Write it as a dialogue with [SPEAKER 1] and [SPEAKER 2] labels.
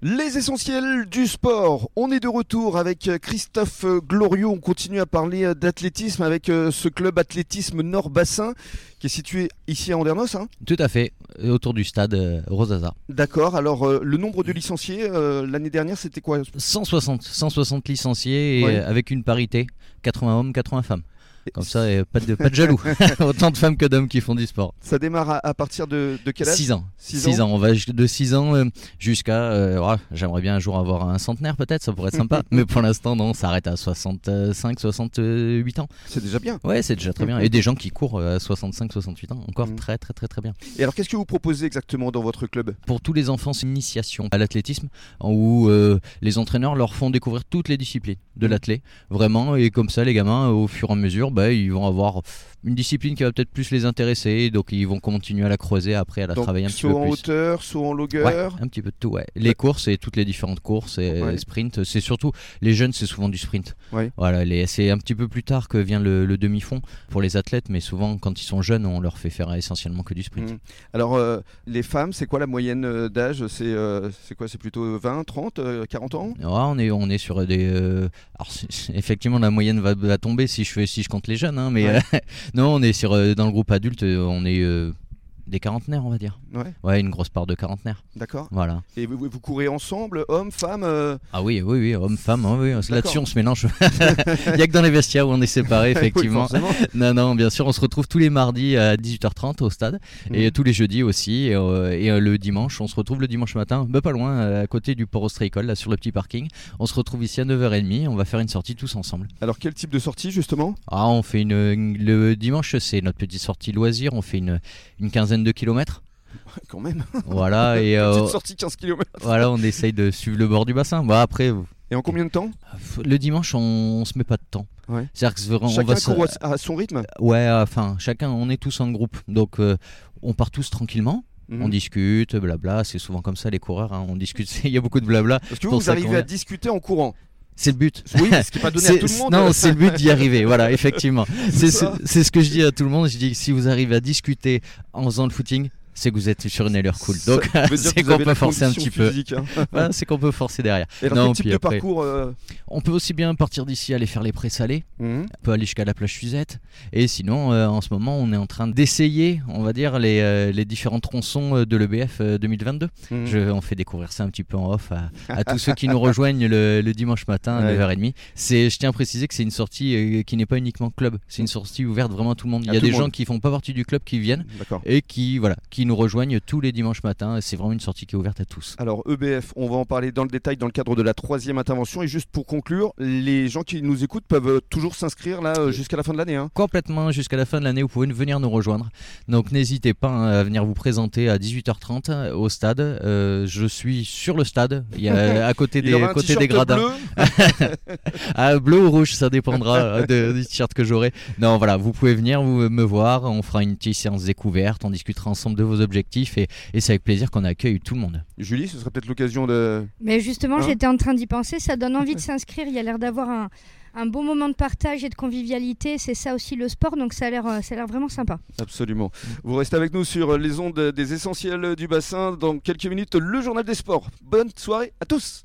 [SPEAKER 1] Les essentiels du sport. On est de retour avec euh, Christophe Glorieux. On continue à parler euh, d'athlétisme avec euh, ce club athlétisme Nord-Bassin qui est situé ici à Andernos. hein.
[SPEAKER 2] Tout à fait, et autour du stade euh, Rosaza.
[SPEAKER 1] D'accord. Alors, euh, le nombre de licenciés euh, l'année dernière, c'était quoi
[SPEAKER 2] 160, 160 licenciés et
[SPEAKER 1] Ouais.
[SPEAKER 2] euh, avec une parité, 80 hommes, 80 femmes. Comme ça, et pas de, pas de jaloux. Autant de femmes que d'hommes qui font du sport.
[SPEAKER 1] Ça démarre à, à partir de, de quel âge
[SPEAKER 2] 6 ans.
[SPEAKER 1] Six
[SPEAKER 2] 6 ans. on va ju- de 6 ans euh, jusqu'à. euh, ouah, J'aimerais bien un jour avoir un centenaire peut-être, ça pourrait être sympa. Mais pour l'instant, non, ça arrête à 65, 68 ans.
[SPEAKER 1] C'est déjà bien.
[SPEAKER 2] Ouais, c'est déjà très bien. Et des gens qui courent euh, à 65, 68 ans, encore
[SPEAKER 1] Mhm.
[SPEAKER 2] très, très, très, très bien.
[SPEAKER 1] Et alors, qu'est-ce que vous proposez exactement dans votre club
[SPEAKER 2] pour tous les enfants, c'est une initiation à l'athlétisme où euh, les entraîneurs leur font découvrir toutes les disciplines de
[SPEAKER 1] Mmh.
[SPEAKER 2] l'athlé, vraiment. Et comme ça, les gamins, au fur et à mesure, bah, ils vont avoir une discipline qui va peut-être plus les intéresser. Donc, ils vont continuer à la creuser après, à la
[SPEAKER 1] Donc,
[SPEAKER 2] Bah, travailler un petit
[SPEAKER 1] saut
[SPEAKER 2] peu
[SPEAKER 1] en
[SPEAKER 2] plus.
[SPEAKER 1] hauteur, saut en
[SPEAKER 2] Ouais,
[SPEAKER 1] longueur.
[SPEAKER 2] un petit peu de tout, ouais. Les courses et toutes les différentes courses et
[SPEAKER 1] Ouais.
[SPEAKER 2] sprint, c'est surtout les jeunes, c'est souvent du sprint.
[SPEAKER 1] Ouais.
[SPEAKER 2] Voilà, les- c'est un petit peu plus tard que vient le, le demi-fond pour les athlètes, mais souvent quand ils sont jeunes, on leur fait faire essentiellement que du sprint.
[SPEAKER 1] Mm. Alors, euh, les femmes, c'est quoi la moyenne euh, d'âge C'est euh, c'est quoi C'est plutôt 20, 30, euh, 40 ans
[SPEAKER 2] Ouais, on est on est sur des euh, alors c'est- c'est- effectivement la moyenne va, va tomber si je fais si je compte les jeunes hein, mais
[SPEAKER 1] Ouais.
[SPEAKER 2] euh, non on est sur euh, dans le groupe adulte euh, on est euh, des quarantenaires on va dire
[SPEAKER 1] Ouais,
[SPEAKER 2] ouais une grosse part de quarantenaires
[SPEAKER 1] d'accord.
[SPEAKER 2] voilà
[SPEAKER 1] Et vous, vous courez ensemble, hommes, femmes euh,
[SPEAKER 2] ah oui oui oui hommes femmes hein, oui, là-dessus
[SPEAKER 1] D'accord.
[SPEAKER 2] on se mélange il y a que dans les vestiaires où on est séparés
[SPEAKER 1] oui,
[SPEAKER 2] effectivement
[SPEAKER 1] forcément.
[SPEAKER 2] non non bien sûr on se retrouve tous les mardis à 18h30 au stade et
[SPEAKER 1] Mhm.
[SPEAKER 2] tous les jeudis aussi et, euh, et, euh, le dimanche on se retrouve le dimanche matin bah, pas loin euh, à côté du port ostréicole là sur le petit parking on se retrouve ici à 9h30 on va faire une sortie tous ensemble
[SPEAKER 1] Alors, quel type de sortie justement
[SPEAKER 2] Ah, on fait une, une- le dimanche, c'est notre petite sortie loisir. On fait une, une quinzaine de kilomètres.
[SPEAKER 1] Quand même.
[SPEAKER 2] Voilà, et euh,
[SPEAKER 1] Petite sortie 15 km.
[SPEAKER 2] voilà, on essaye de suivre le bord du bassin. Bah, après, euh,
[SPEAKER 1] Et en combien de temps
[SPEAKER 2] le dimanche, on, on se met pas de temps.
[SPEAKER 1] Ouais.
[SPEAKER 2] C'est-à-dire que c'est vraiment- on
[SPEAKER 1] Chacun
[SPEAKER 2] va se-
[SPEAKER 1] court à à son rythme
[SPEAKER 2] ouais, enfin, chacun, on est tous en groupe, donc euh, on part tous tranquillement. On
[SPEAKER 1] Mhm.
[SPEAKER 2] discute, blabla. C'est souvent comme ça les coureurs. hein, on discute. Il y a beaucoup de blabla.
[SPEAKER 1] Parce que
[SPEAKER 2] pour
[SPEAKER 1] vous, vous
[SPEAKER 2] ça qu'on
[SPEAKER 1] arrivez
[SPEAKER 2] est-
[SPEAKER 1] à discuter en courant.
[SPEAKER 2] C'est le but.
[SPEAKER 1] Oui, ce qui n'est pas donné à
[SPEAKER 2] C'est-
[SPEAKER 1] tout le monde. hein.
[SPEAKER 2] Non, c'est le but d'y arriver, voilà, effectivement. C'est
[SPEAKER 1] ça.
[SPEAKER 2] c'est ce que je dis à tout le monde. Je dis que si vous arrivez à discuter en faisant le footing, c'est que vous êtes sur une allure cool.
[SPEAKER 1] Ça
[SPEAKER 2] Donc,
[SPEAKER 1] veut dire
[SPEAKER 2] c'est
[SPEAKER 1] que vous avez
[SPEAKER 2] qu'on
[SPEAKER 1] la
[SPEAKER 2] peut forcer un
[SPEAKER 1] condition
[SPEAKER 2] petit peu.
[SPEAKER 1] physique, hein.
[SPEAKER 2] Voilà, c'est qu'on peut forcer derrière.
[SPEAKER 1] Et alors,
[SPEAKER 2] Non,
[SPEAKER 1] quel type
[SPEAKER 2] puis
[SPEAKER 1] de
[SPEAKER 2] après-
[SPEAKER 1] parcours euh,
[SPEAKER 2] On peut aussi bien partir d'ici, aller faire les prés salés.
[SPEAKER 1] mhm.
[SPEAKER 2] On peut aller jusqu'à la plage Suzette. Et sinon, euh, en ce moment, on est en train d'essayer, on va dire, les, euh, les différents tronçons euh, de l'EBF 2022.
[SPEAKER 1] Mhm.
[SPEAKER 2] Je, on fait découvrir ça un petit peu en off à, à tous ceux qui nous rejoignent le, le dimanche matin à
[SPEAKER 1] Ouais.
[SPEAKER 2] 9h30. C'est, je tiens à préciser que c'est une sortie euh, qui n'est pas uniquement club, c'est une sortie ouverte vraiment à tout le monde. Il
[SPEAKER 1] Mm. À
[SPEAKER 2] y a
[SPEAKER 1] tout
[SPEAKER 2] des
[SPEAKER 1] le monde.
[SPEAKER 2] gens qui font pas partie du club qui viennent
[SPEAKER 1] D'accord.
[SPEAKER 2] et qui voilà, qui nous rejoignent tous les dimanches matins. C'est vraiment une sortie qui est ouverte à tous.
[SPEAKER 1] Alors EBF, on va en parler dans le détail dans le cadre de la troisième intervention. Et juste pour conclure, les gens qui nous écoutent peuvent euh, toujours s'inscrire là euh, jusqu'à la fin de l'année. hein.
[SPEAKER 2] Complètement jusqu'à la fin de l'année, vous pouvez venir nous rejoindre. Donc n'hésitez pas hein, à venir vous présenter à 18h30 au stade. Euh, je suis sur le stade, il y a, à côté
[SPEAKER 1] Il
[SPEAKER 2] des,
[SPEAKER 1] aura un
[SPEAKER 2] côté
[SPEAKER 1] t-shirt
[SPEAKER 2] des gradins.
[SPEAKER 1] bleu.
[SPEAKER 2] Ah, bleu ou rouge, ça dépendra euh, de, du t-shirt que j'aurai. Non, voilà, vous pouvez venir vous, me voir, on fera une petite séance découverte, on discutera ensemble de vos objectifs et, et c'est avec plaisir qu'on accueille tout le monde.
[SPEAKER 1] Julie, ce serait peut-être l'occasion de.
[SPEAKER 3] Mais justement,
[SPEAKER 1] Hein
[SPEAKER 3] j'étais en train d'y penser, ça donne envie de s'inscrire, il y a l'air d'avoir un, un bon moment de partage et de convivialité, c'est ça aussi le sport, donc ça a l'air euh, ça a l'air vraiment sympa.
[SPEAKER 1] Absolument. Vous restez avec nous sur les ondes des essentiels du bassin. Dans quelques minutes, le journal des sports. Bonne soirée à tous.